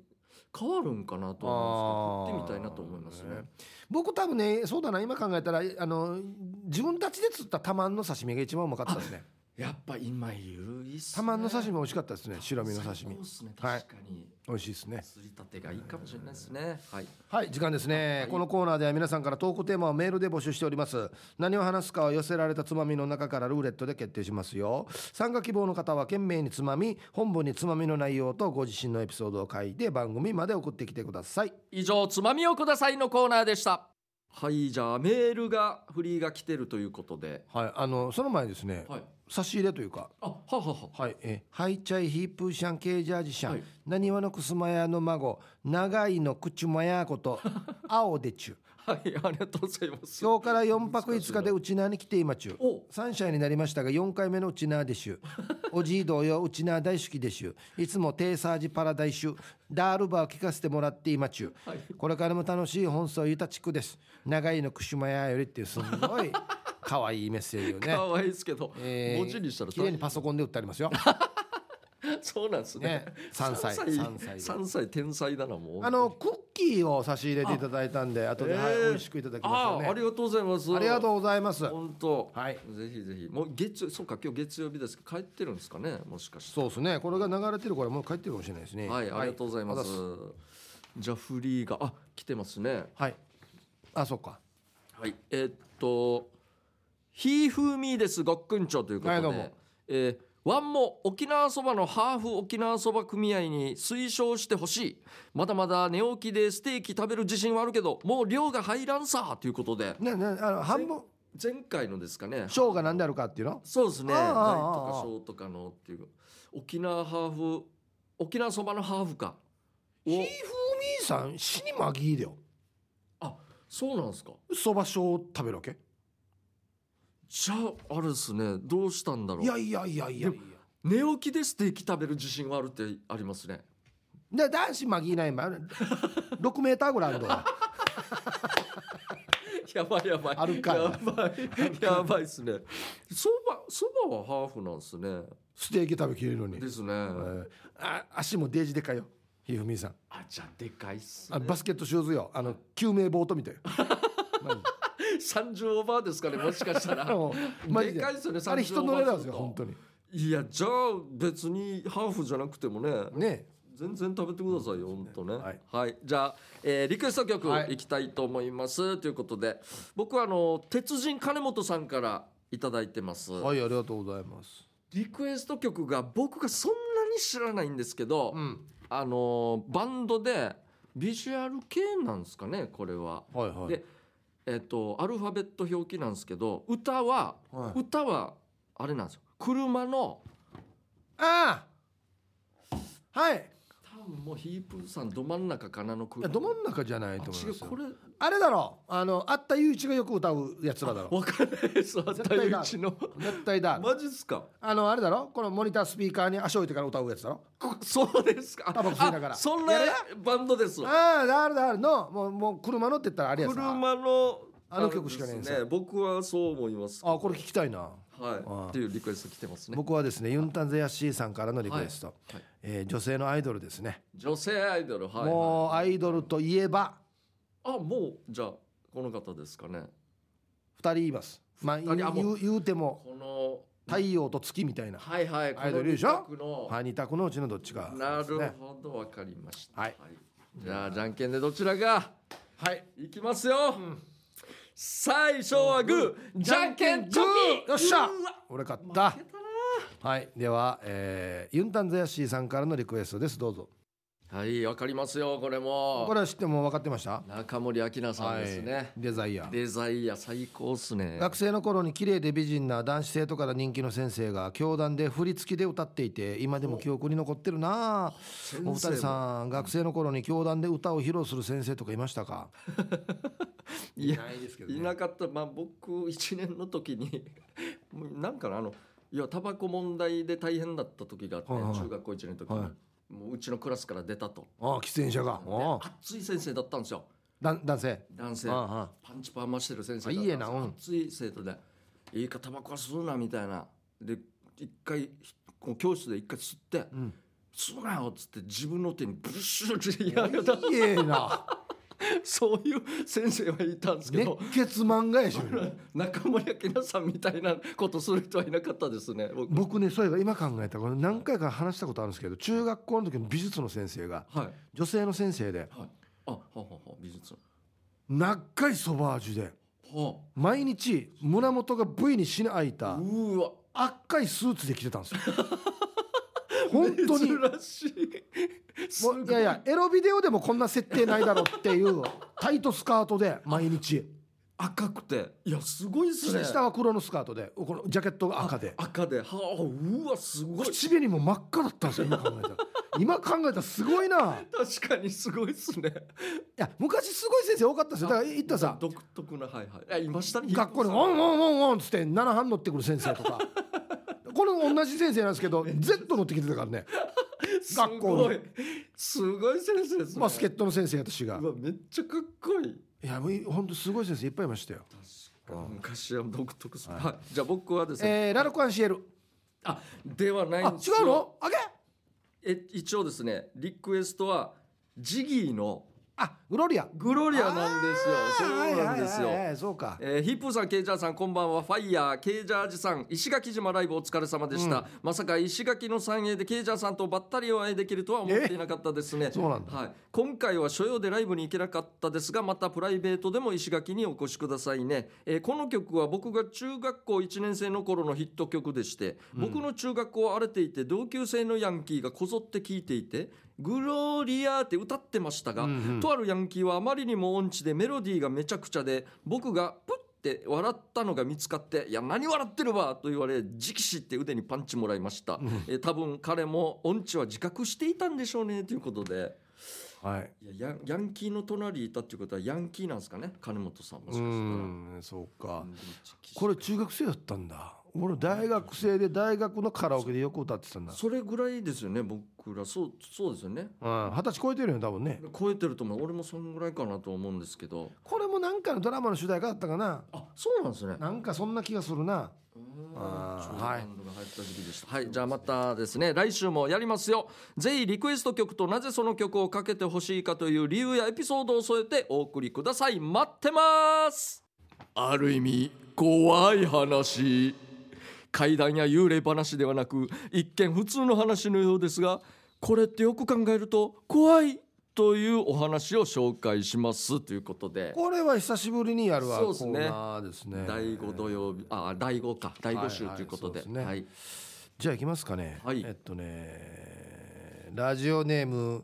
変わるんかなと思うんですけど食ってみたいなと思いますあーね。僕多分ねそうだな今考えたらあの自分たちで釣ったタマンの刺身が一番うまかったですねやっぱ今言ういいっすね。タマンの刺身美味しかったですね白身の最刺身高っすねはい確かに。美味しいですねすりたてがいいかもしれないですね。はい。はい時間ですね、はいこのコーナーでは皆さんから投稿テーマをメールで募集しております何を話すかは寄せられたつまみの中からルーレットで決定しますよ参加希望の方は懸命につまみ本文につまみの内容とご自身のエピソードを書いて番組まで送ってきてください以上つまみをくださいのコーナーでした。はいじゃあメールがフリーが来てるということで。はいあのその前にですね、はい。差し入れというかあははは。はい、えーハイチャイヒープーシャンケージャージシャはンいなにわのくすまやの孫長いのくちまやこと青で ちゅはい、ありがとうございます。今日から4泊5日でうちなに来ていまちゅお3社になりましたが4回目のうちなでし ゅおじい同様うちな大好きでしゅいつもテーサージパラダイシュダールバーを聞かせてもらっていまちゅはい、これからも楽しい本草ゆた地区です長いのくしまやよりっていうすんごい可愛いメッセージ をね可愛いですけど、えー文字にしたら綺麗にパソコンで売ってありますよそうなんですね。ね3歳3 3歳歳3歳天才だなもう。あのクッキーを差し入れていただいたんで後で、はいえー美味しくいただきますあーあよりねがとうございます。ありがとう。うございます本当。はいぜひぜひ。もう月そうか今日月曜日ですけど帰ってるんですかね。もしかして。そうですねこれが流れてるからもう帰ってるかもしれないですねはい、ありがとうございます。はじゃあフリーがあ来てますね。はいあそうかはい。えーっとひーふーみーですごっくんちょうということで。はいどうもえーワンも沖縄そばのハーフ沖縄そば組合に推奨してほしいまだまだ寝起きでステーキ食べる自信はあるけどもう量が入らんさということでねねあの半分前回のですかねショーが何であるかっていうのそうですねあ大あとあああかあ小とかのっていう沖縄ハーフ沖縄そばのハーフかひーふをーみーさん死にまぎいだよそうなんですかそばショーを食べるわけじゃああれですねどうしたんだろいうやいやいやいやいや寝起きでステーキ食べる自信はあるってありますねで男子まぎいないま6メーターぐらいある のよ やばいやばい。あるかいやばい。 やばいですね。そば、そばはハーフなんですね。ステーキ食べきれるのに、ですね。えーあ足もデージでかいよひーふーみーさんあ、じゃあでかいっすあね。バスケットシューズよあの救命ボートみたい なマジで三十オーバーですかね、もしかしたあら。のマジでかいっすよねあれ人乗れなんですよ30本当にいや、じゃあ、別にハーフじゃなくてもね。ね全然食べてくださいよ、本当ね。ははいい、じゃあ、えーリクエスト曲はいいきたいと思います。ということで、僕はあの鉄人金本さんからいただいてます。はいありがとうございますリクエスト曲が僕がそんなに知らないんですけど、うんあのーバンドでビジュアル系なんですかねこれは。はいはでえっとアルファベット表記なんですけど歌は、はい歌はあれなんですよ車のああはい多分もうヒープさんど真ん中かなのい車やど真ん中じゃないあと思い違まうすこよれあれだろあのあったゆういちがよく歌うやつらだろ分かんないですあった絶対だうちの絶対だマジっすかあのあれだろこのモニタースピーカーに足置いてから歌うやつだろこそうですかタバコ吸いながらあそんなやれバンドですああだるだるのもうもう車乗ってったらあれやつだあ車のあの曲しかないんですよあれね僕はそう思いますこれ聞きたいなはいっていうリクエスト来てますね僕はですねユンタンゼヤッシーさんからのリクエスト、はいえー女性のアイドルですね、女性アイドルはい、はい、もうアイドルといえばあもうじゃあこの方ですかね2人いますまあ二人あも言う言うてもこの太陽と月みたいな、はいはいこアイドのルでしょ二択のはい、二択のうちのどっちか、なるねほどわかりました、はいじゃあじゃんけんでどちらがはいいきますよ、最初はグーじゃんけんチョキよっしゃうわ俺勝ったはいでは、えーユンタンゼヤッシーさんからのリクエストですどうぞはいわかりますよこれもこれは知っても分かってました中森明菜さんですね、はい、デザイアデザイア最高っすね学生の頃に綺麗で美人な男子生徒から人気の先生が教団で振り付きで歌っていて今でも記憶に残ってるなあ生もお二人さん学生の頃に教団で歌を披露する先生とかいましたかいやいですけいなかったまあ僕1年の時に もうなんかなあのいやタバコ問題で大変だった時があって、はいはい中学校1年の時に、はもううちのクラスから出たとああ喫煙者がでああ熱い先生だったんですよだ男性男性ああああパンチパーマしてる先生だったんであすいいよえなうん熱い生徒で「いいかタバコは吸うな」みたいなで一回こう教室で一回吸ってうん「吸うなよ」っつって自分の手にブシュッてやるいいえなそういう先生はいたんですけ熱ど血漫画やし俺 中森明菜さんみたいなことする人はいなかったですね僕僕ねそういえば今考えたらこれ何回か話したことあるんですけど中学校の時の美術の先生がはい女性の先生ではいあははは美術長いソバージュでは毎日胸元が V にしな開いたあうわ赤いスーツで着てた んですよ本当に珍しいすもごういいやいやエロビデオでもこんな設定ないだろうっていうタイトスカートで毎日赤くていやすごいですね下は黒のスカートでこのジャケットが赤で赤ではあうわすごい口紅も真っ赤だったんですよ今考えたら今考えたらすごいない確かにすごいですねや昔すごい先生多かったですよだから言ったさ独特なはいはいあいましたね学校に「オンオンオンオン」っつって7班乗ってくる先生と かこれ同じ先生なんですけど Z 乗ってきてたからね学校すのごいすごい先生ですねバスケットの先生私がうわめっちゃかっこいいいやもう本当すごい先生いっぱいいましたよ昔は独特す、はい、じゃあ僕はですね、えー、ラルクアンシエルあではないあんですよ違うのあげえ一応ですねリクエストはジギーのあグロリアグロリアなんですよそうなんですよ、はいはいはいはいそうかえーヒップーさん、ケイジャーさん、こんばんは。ファイヤー、ケイジャージさん、石垣島ライブお疲れ様でした。まさか石垣の三栄でケイジャーさんとばったりお会いできるとは思っていなかったですね。そうなんだはい。今回は所要でライブに行けなかったですが、またプライベートでも石垣にお越しくださいね。えーこの曲は僕が中学校1年生の頃のヒット曲でして、僕の中学校を荒れていて、同級生のヤンキーがこぞって聴いていて、グローリアーって歌ってましたが、うんうんとあるヤンキーはあまりにも音痴でメロディーがめちゃくちゃで僕がプッって笑ったのが見つかって「いや何笑ってるわ!」と言われ直視って腕にパンチもらいました、えー多分彼も音痴は自覚していたんでしょうねということではいいやヤンヤンキーの隣にいたっていうことはヤンキーなんですかね金本さんもうしかんそうかしたらこれ中学生だったんだ俺大学生で大学のカラオケでよく歌ってたんだそれぐらいですよね僕らそうそうですよねうん二十歳超えてるよね多分ね超えてると思う俺もそんぐらいかなと思うんですけどこれもなんかのドラマの主題歌だったかなあそうなんですねなんかそんな気がするなあーはい。はい、じゃあまたですね、来週もやりますよ。ぜひリクエスト曲となぜその曲をかけてほしいかという理由やエピソードを添えてお送りください。待ってます。ある意味怖い話。怪談や幽霊話ではなく、一見普通の話のようですが、これってよく考えると怖いというお話を紹介しますということで。これは久しぶりにやるわそコうですーねナーですね第5土曜日、あ、第5か、第5週はいはいということで、そうですねはいじゃあ行きますかね、はいえっとねラジオネーム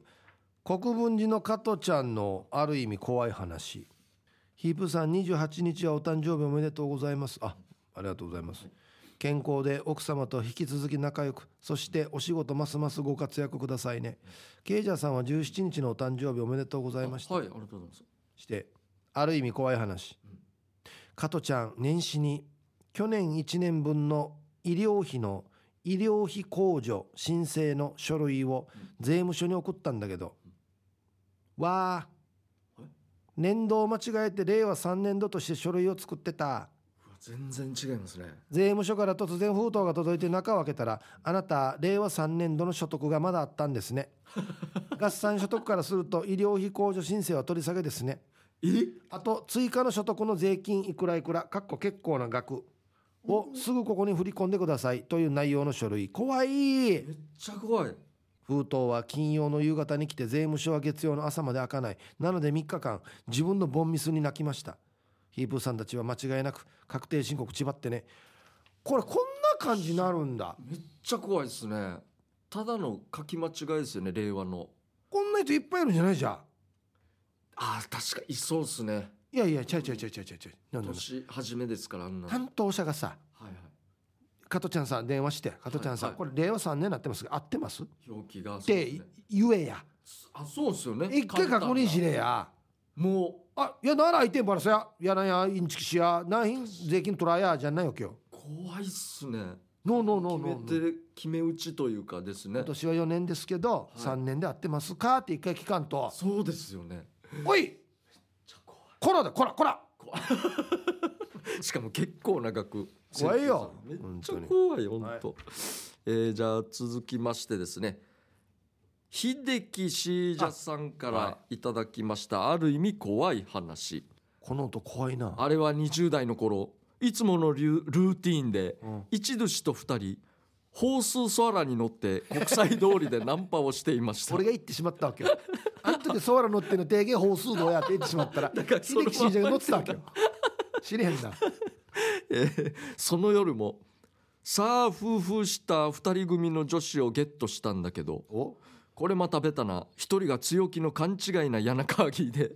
国分寺の加トちゃんのある意味怖い話ヒープさん28日はお誕生日おめでとうございますあありがとうございます健康で奥様と引き続き仲良くそしてお仕事ますますご活躍くださいねケイジャーさんは17日のお誕生日おめでとうございましたはいありがとうございますしてある意味怖い話加トちゃん年始に去年1年分の医療費の医療費控除申請の書類を税務署に送ったんだけどわあえ年度を間違えて令和3年度として書類を作ってたうわ全然違いますね税務署から突然封筒が届いて中を開けたらあなた令和3年度の所得がまだあったんですね合算所得からすると医療費控除申請は取り下げですねえあと追加の所得の税金いくらいくらかっこ結構な額をすぐここに振り込んでくださいという内容の書類怖いめっちゃ怖い封筒は金曜の夕方に来て税務署は月曜の朝まで開かないなので3日間自分のボンミスに泣きましたヒープーさんたちは間違いなく確定申告ちばってねこれこんな感じになるんだめっちゃ怖いですねただの書き間違いですよね令和のこんな人いっぱいいるんじゃないじゃんあー確かいそうですねいやいやちゃいちゃいちゃいちゃいちゃいちゃいなんなんなん年初めですからあんなはい担当者がさはい加トちゃんさん電話して加トちゃんさん、はいこれ令和3年になってますが合ってます表記がっそうですてね言えやあそうですよね一回確認しねえやもうあいやならいてんばらそややなんやインチキしやなんひん税金取らやじゃないよ今日怖いっすねノーノーノ決ーめノーて決め打ちというかですね今年は4年ですけど、い3年で合ってますかって一回聞かんとそうですよねおいめっちゃ怖いこらだこらこらしかも結構長く怖いよめっちゃ本当に怖い本当、えーじゃあ続きましてですね秀樹シージャさんかあらはいただきましたある意味怖い話この音怖いなあれは20代の頃いつものリュルーティーンでうん一寿司と二人ホースーソアラに乗って国際通り でナンパをしていました俺が言ってしまったわ けよあの時ソーラ乗っての提言法数どうやって言ってしまったらからそ秀の樹信者が乗ってた わけよ知れへんなえーその夜もさあ夫婦した二人組の女子をゲットしたんだけどおこれまたベタな一人が強気の勘違いな柳川ギで、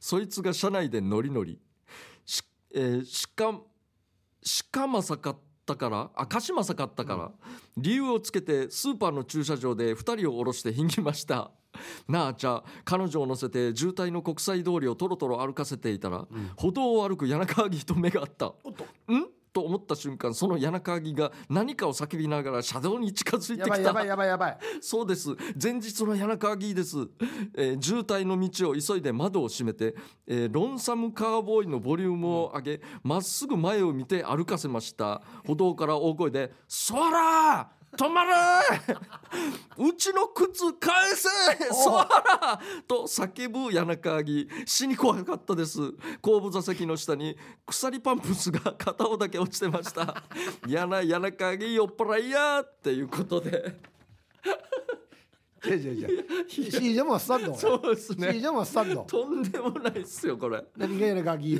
そいつが車内でノリノリし,、えーしかしかまさかったからあかしまさかったから、理由をつけてスーパーの駐車場で二人を降ろしてひんぎましたなあじゃあ彼女を乗せて渋滞の国際通りをとろとろ歩かせていたら、歩道を歩く柳川義と目が合ったおっとんと思った瞬間その柳川義が何かを叫びながら車道に近づいてやきばたいやばいやばいやばいそうです前日の柳川議です、えー渋滞の道を急いで窓を閉めて、えーロンサムカーボーイのボリュームを上げまっすぐ前を見て歩かせました歩道から大声で「そら止まれ うちの靴返せそら!」と叫ぶ柳川議死に怖かったです後部座席の下に鎖パンプスが片方だけ落ちてました「やな柳川議酔っ払いや!」っていうことで。いやいや いや信者もスタンドそ信うですね。者もスタンドとんでもないっすよ、これ。何がやらガキ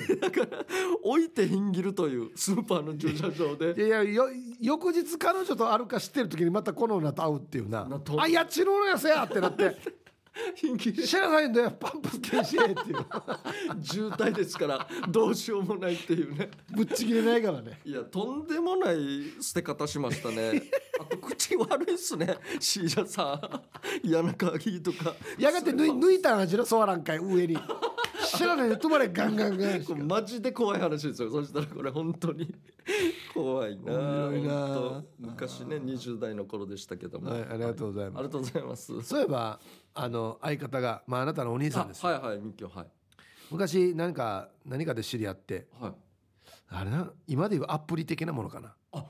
置いてひんぎるというスーパーの駐車場で。いやいやよ翌日彼女と歩かしてる時にまたこの女と会うっていうなな「とあいやちののやせや!」ってな ってひんぎ「る知らないんだよパンプス禁止!」っていう渋滞ですから、どうしようもないっていうね。ぶっちぎれないから ねいや、とんでもない捨て方しました ね。あと、口悪いっすね。シージャさん。柳川議とか。やがて抜い抜いたんじゃそうなんかい上に知らないで止まれガンガンガンこれマジで怖い話ですよそしたらこれ本当に怖いな面白いな本当昔ね20代の頃でしたけども、はいありがとうございありますがとうございますそういえばあの相方が、まあ、あなたのお兄さんですよ、あはいはいみきょはい昔何か何かで知り合ってはいあれな今でいうアプリ的なものかなへ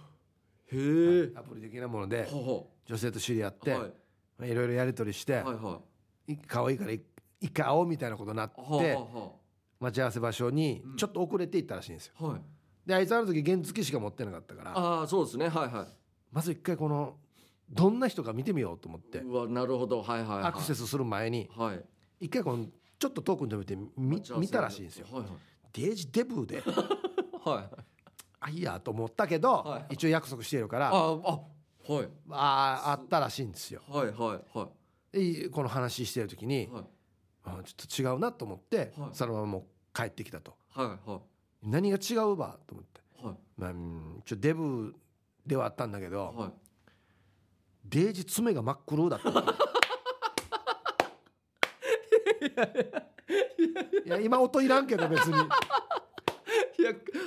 え。アプリ的なものではは。女性と知り合って、はいまあいろいろやり取りして、はいはい可愛いからい一回会おうみたいなことになっい。ては待ち合わせ場所にうんちょっと遅れて行ったらしいんですよあはあはい。であいつあの時原付しか持ってなかったからああそうですねはいはまず一回このどんな人か見てみようと思っい。てうわなるほどはいはいはい。アクセスする前にはい。一回このちょっと遠くに止めてみ見たらしいんですよはいデジ デブではい。はい。あいいやと思ったけどはい一応約束してるかあらああはいあーあったらしいんですよはいはいはいでこの話してる時に、はいあーちょっと違うなと思って、はいそのままもう帰ってきたとはいは何が違うばと思って、いはいまあ、うんちょデブではあったんだけど、はいデージ爪が真っ黒だったいや今音いらんけど別にいや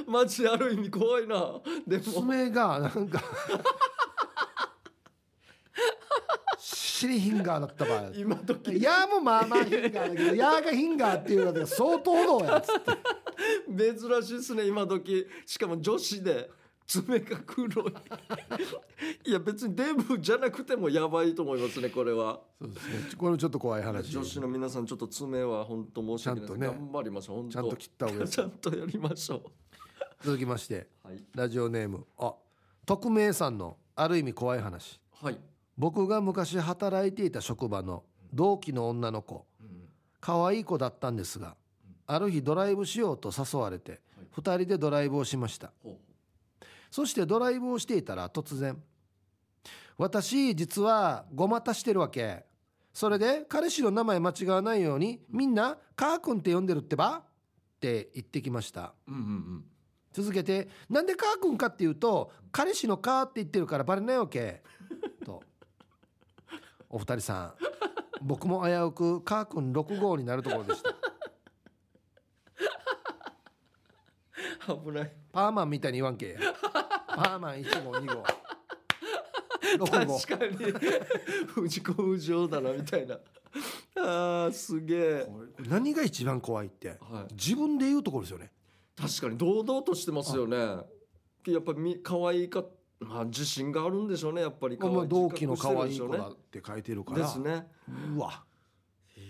マジある意味怖いなでも爪がなんかシリヒンガーだった場合今時ヤーもまあまあヒンガーだけどヤーがヒンガーっていうのが相当ほどやつって珍しいですね今時しかも女子で爪が黒いいや別にデブじゃなくてもやばいと思いますねこれはそうですねこれもちょっと怖い話女子の皆さんちょっと爪は本当申し訳ないです、ちゃんとね頑張りましょう本当ちゃんと切った方がいいですちゃんとやりましょ続きましてうはいラジオネームあ匿名さんのある意味怖い話はい、僕が昔働いていた職場の同期の女の子うん可愛い子だったんですがある日ドライブしようと誘われてはい2人でドライブをしましたほうほそしてドライブをしていたら突然「私実はごまたしてるわけそれで彼氏の名前間違わないようにみんな「カー君って呼んでるってば?」って言ってきましたううんうん続けて「なんでカー君かっていうと彼氏のカーって言ってるからバレない わけ」とお二人さん僕も危うくカー君6号になるところでしたうん危ないパーマンみたいに言わんけやパーマン1号2号6号確かに藤子不二雄だなみたいなあーすげえ何が一番怖いって、はい自分で言うところですよね確かに堂々としてますよねやっぱり可愛いか、まあ、自信があるんでしょうねやっぱり可愛いまあ同期の自可覚愛しいてるん子でしだょうねって書いてるからですねうわ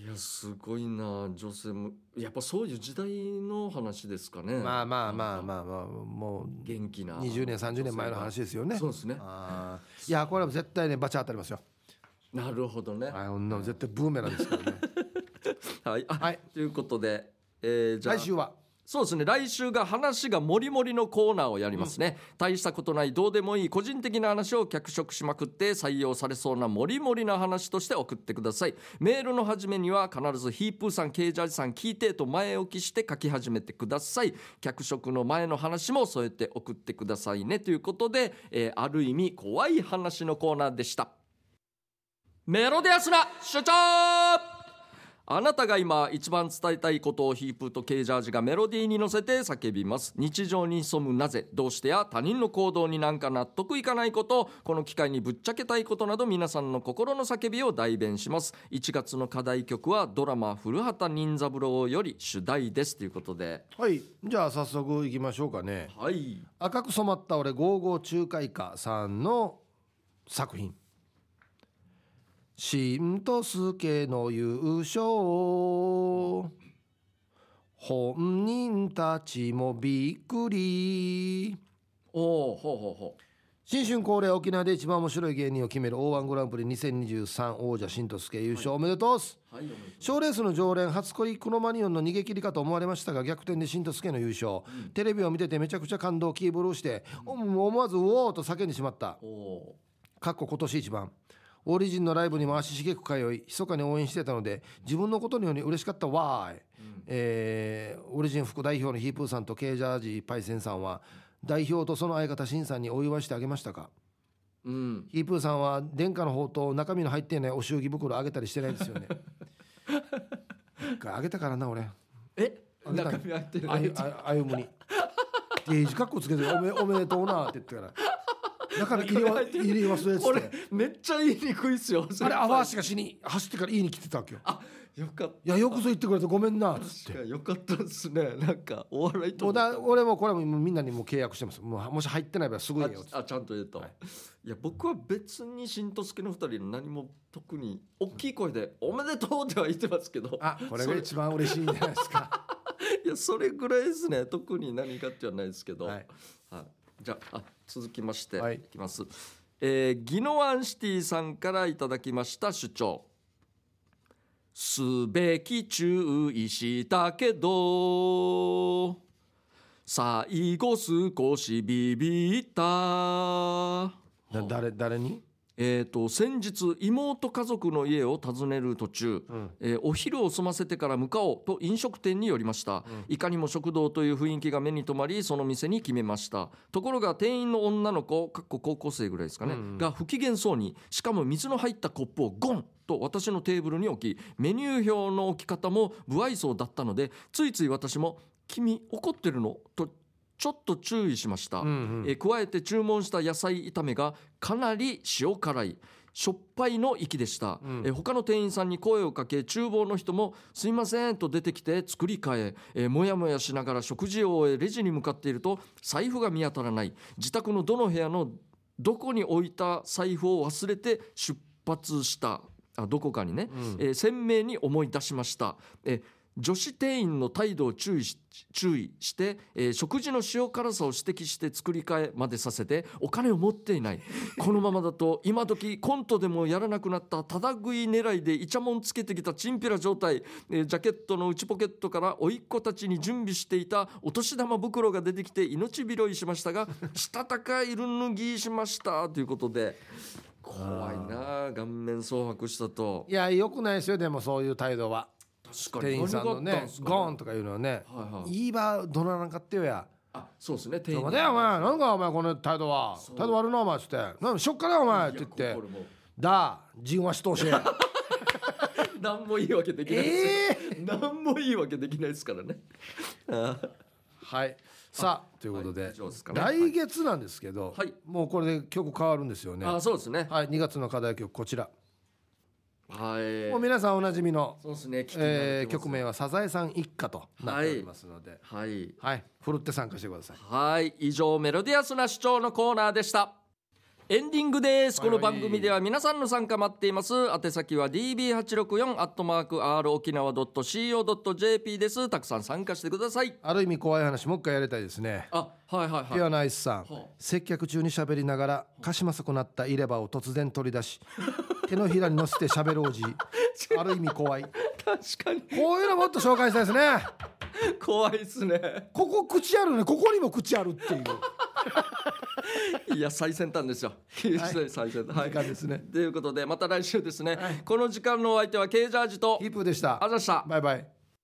いやすごいな女性もやっぱそういう時代の話ですかねまあまあまあまあまあもう元気な20年30年前の話ですよねそうですねあーいやこれは絶対ねバチ当たりますよなるほどねあ女は絶対ブーメランですからねはい、あはいということで、え ーじゃあ来週はそうですね来週が話がもりもりのコーナーをやりますね、大したことないどうでもいい個人的な話を脚色しまくって採用されそうなもりもりな話として送ってくださいメールの始めには必ずヒープーさんケイジャージさん聞いてと前置きして書き始めてください脚色の前の話も添えて送ってくださいねということで、えーある意味怖い話のコーナーでしたメロディアスな主張あなたが今一番伝えたいことをヒープとケージャージがメロディーに乗せて叫びます日常に潜むなぜどうしてや他人の行動になんか納得いかないことこの機会にぶっちゃけたいことなど皆さんの心の叫びを代弁します1月の課題曲はドラマ「古畑任三郎」より主題ですということではいじゃあ早速いきましょうかねはい赤く染まった俺ゴーゴー仲介家さんの作品「しんとすけの優勝」本人たちもびっくりおおほうほうほ新春恒例沖縄で一番面白い芸人を決める o 1グランプリ2023王者しんとすけ優勝おめでとうっすうはいおめでと賞レースの常連初恋クロマニオンの逃げ切りかと思われましたが逆転で新藤助の優勝、テレビを見ててめちゃくちゃ感動キーブルーして、お思わず「うおー!」と叫んでしまったうおかっこ今年一番オリジンのライブにも足しげく通い密かに応援してたので自分のことのように嬉しかったわーい、えーオリジン副代表のヒープーさんと K ジャージパイセンさんは代表とその相方シンさんにお祝いしてあげましたかおうんヒープーさんは殿下の宝刀中身の入ってないお祝儀袋あげたりしてないですよ ね一回あげたからな俺えあげた中身入ってるあゆああゆむに「デージかっこつけておめおめでとうな」って言ってから中身入れわ入れ忘れこてれてめっちゃ言いにくいっすよあれ泡足が死に走ってから家に来てたわけよ「あよかったいやよくぞ言ってくれてごめんな」っつっ確てか。によかったですね。なんかお笑いともうだ俺もこれもみんなにもう契約してますもうもし入ってない場合はすぐあ言えよっつってあちゃんと言えた、い、や僕は別にしんとすけの二人の何も特に大きい声で「おめでとう」っては言ってますけどあこれが一番嬉しいんじゃないです かいやそれぐらいですね特に何かってはないですけど、ははいいじゃああ続きまして、はいい、きます、えー、ギノワンシティさんからいただきました主張すべき注意したけど最後少しビビっただ誰誰に、えー、と先日妹家族の家を訪ねる途中、うんえーお昼を済ませてから向かおうと飲食店に寄りました、いかにも食堂という雰囲気が目に留まりその店に決めましたところが店員の女の子かっこ高校生ぐらいですかね、うんうんが不機嫌そうにしかも水の入ったコップをゴンと私のテーブルに置きメニュー表の置き方も不愛想だったのでついつい私も「君怒ってるの?」とちょっと注意しました、んえー加えて注文した野菜炒めがかなり塩辛いしょっぱいの域でした、うんえー他の店員さんに声をかけ厨房の人も「すいません」と出てきて作り変ええーもやもやしながら食事を終えレジに向かっていると財布が見当たらない自宅のどの部屋のどこに置いた財布を忘れて出発したあどこかにね、うんえー鮮明に思い出しました、えー女子店員の態度を注意し注意して、えー食事の塩辛さを指摘して作り替えまでさせてお金を持っていないこのままだと今時コントでもやらなくなったただ食い狙いでイチャモンつけてきたチンピラ状態、えージャケットの内ポケットから甥っ子たちに準備していたお年玉袋が出てきて命拾いしましたがしたたかいるぬぎしましたということで怖いなあ顔面蒼白したといやよくないですよでもそういう態度は確か店に員さんの何があったねすかゴーンとかいうのはね、はいはいい、い場どならんかってよやあそうですね「店そ員こでお前なんかお前この態度はそう態度悪いなお前」っつって「なんしょっからお前」って言っいやてこれもう「だ人はしとうし」 何もいいわけできないですよ、何もいいわけできないですからねあーはいさあということで,、はい以上ですかね来月なんですけど、はいもうこれで曲変わるんですよねあーそうですねはい2月の課題曲こちらはいもう皆さんおなじみの、そうですね。聞き慣れえてーます曲名は「サザエさん一家」となっておりますので、はいはい。ふるって参加してくださいはい。以上、メロディアスな主張のコーナーでした。エンディングです。はこいのはい番組では皆さんの参加待っています。宛先は db864 アットマーク r 沖縄 .co.jp です。たくさん参加してください。ある意味怖い話もう一回やりたいですねあ、はいはいはい。ピュアナイスさん、はあ接客中に喋りながらかしまさくなった入れ歯を突然取り 出し手のひらに乗せて喋るおじいある意味怖い確かにこういうのもっと紹介したいですね怖いですね。ここ口あるねここにも口あるっていういや最先端ですよ。最先端。はい。時間ですねということでまた来週ですね。この時間のお相手は K ジャージとヒープーでしたあざした。バイバイ